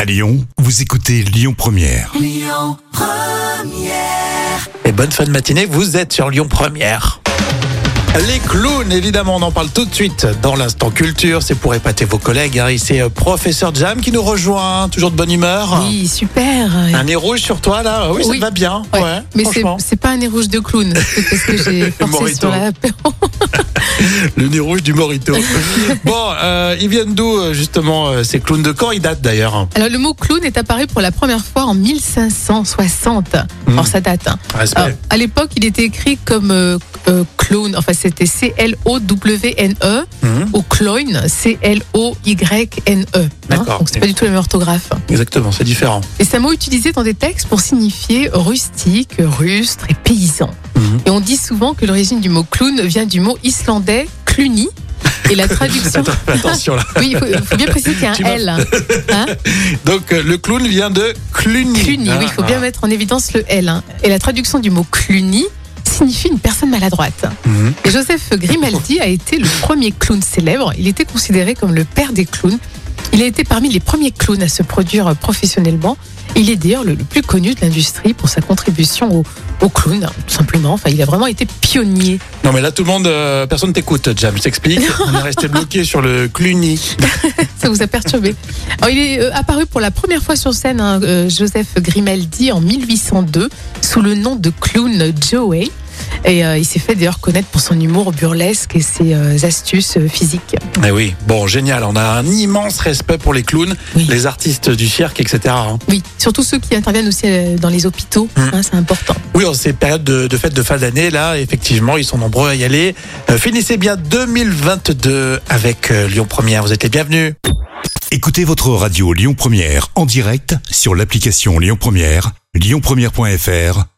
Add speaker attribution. Speaker 1: À Lyon, vous écoutez Lyon Première.
Speaker 2: Et bonne fin de matinée, vous êtes sur Lyon Première. Les clowns, évidemment, on en parle tout de suite dans l'instant culture. C'est pour épater vos collègues. hein. Et c'est euh, professeur Jam qui nous rejoint, toujours de bonne humeur.
Speaker 3: Oui, super.
Speaker 2: Ah. Un nez rouge sur toi là, oui, ça
Speaker 3: Oui.
Speaker 2: te va bien.
Speaker 3: Ouais.
Speaker 2: Ouais,
Speaker 3: Mais c'est
Speaker 2: franchement.
Speaker 3: c'est pas un nez rouge de clown, c'est parce que j'ai forcé
Speaker 2: Morito.
Speaker 3: sur la
Speaker 2: Le nez rouge du Morito. bon, euh, ils viennent d'où euh, justement euh, ces clowns de quand ils datent d'ailleurs hein.
Speaker 3: Alors le mot clown est apparu pour la première fois en 1560.
Speaker 2: Mm.
Speaker 3: Alors ça date. hein.
Speaker 2: Respect.
Speaker 3: Alors, à l'époque, il était écrit comme euh, euh, clown, enfin c'était C-L-O-W-N-E
Speaker 2: Mhm.
Speaker 3: E ou clown, C-L-O-Y-N-E. hein.
Speaker 2: D'accord.
Speaker 3: Donc c'est pas du tout la même orthographe.
Speaker 2: Exactement, c'est différent.
Speaker 3: Et c'est un mot utilisé dans des textes pour signifier rustique, rustre et paysan.
Speaker 2: Mhm.
Speaker 3: Et on dit souvent que l'origine du mot clown vient du mot islandais cluni. Et la traduction.
Speaker 2: Attends, attention là.
Speaker 3: Oui, il faut, faut bien préciser qu'il y a
Speaker 2: Tu
Speaker 3: un
Speaker 2: m'as-
Speaker 3: L. hein.
Speaker 2: Donc euh, le clown vient de Cluny.
Speaker 3: Cluny, oui, il faut bien
Speaker 2: Ah.
Speaker 3: mettre en évidence le L. hein. Et la traduction du mot cluny signifie une personne maladroite.
Speaker 2: Mhm.
Speaker 3: Et Joseph Grimaldi a été le premier clown célèbre. Il était considéré comme le père des clowns. Il a été parmi les premiers clowns à se produire euh, professionnellement. Il est d'ailleurs le, le plus connu de l'industrie pour sa contribution au, au clown, hein, tout simplement. Enfin, il a vraiment été pionnier.
Speaker 2: Non mais là tout le monde, euh, personne t'écoute, Jam. Je t'explique. On est resté bloqué sur le Cluny.
Speaker 3: Ça vous a perturbé. Alors, il est euh, apparu pour la première fois sur scène, hein, euh, Joseph Grimaldi, en 1802, sous le nom de clown Joey. Et euh, il s'est fait d'ailleurs connaître pour son humour burlesque et ses euh, astuces euh, physiques.
Speaker 2: Eh oui, bon, génial. On a un immense respect pour les clowns,
Speaker 3: Oui.
Speaker 2: les artistes du cirque, etc. hein.
Speaker 3: Oui, surtout ceux qui interviennent aussi euh, dans les hôpitaux,
Speaker 2: Mm.
Speaker 3: hein, c'est important.
Speaker 2: Oui, en ces périodes de, de fêtes de fin d'année, là, effectivement, ils sont nombreux à y aller. Euh, finissez bien 2022 avec euh, Lyon Première. Vous êtes les bienvenus.
Speaker 1: Écoutez votre radio Lyon Première en direct sur l'application Lyon Première, lyonpremière.fr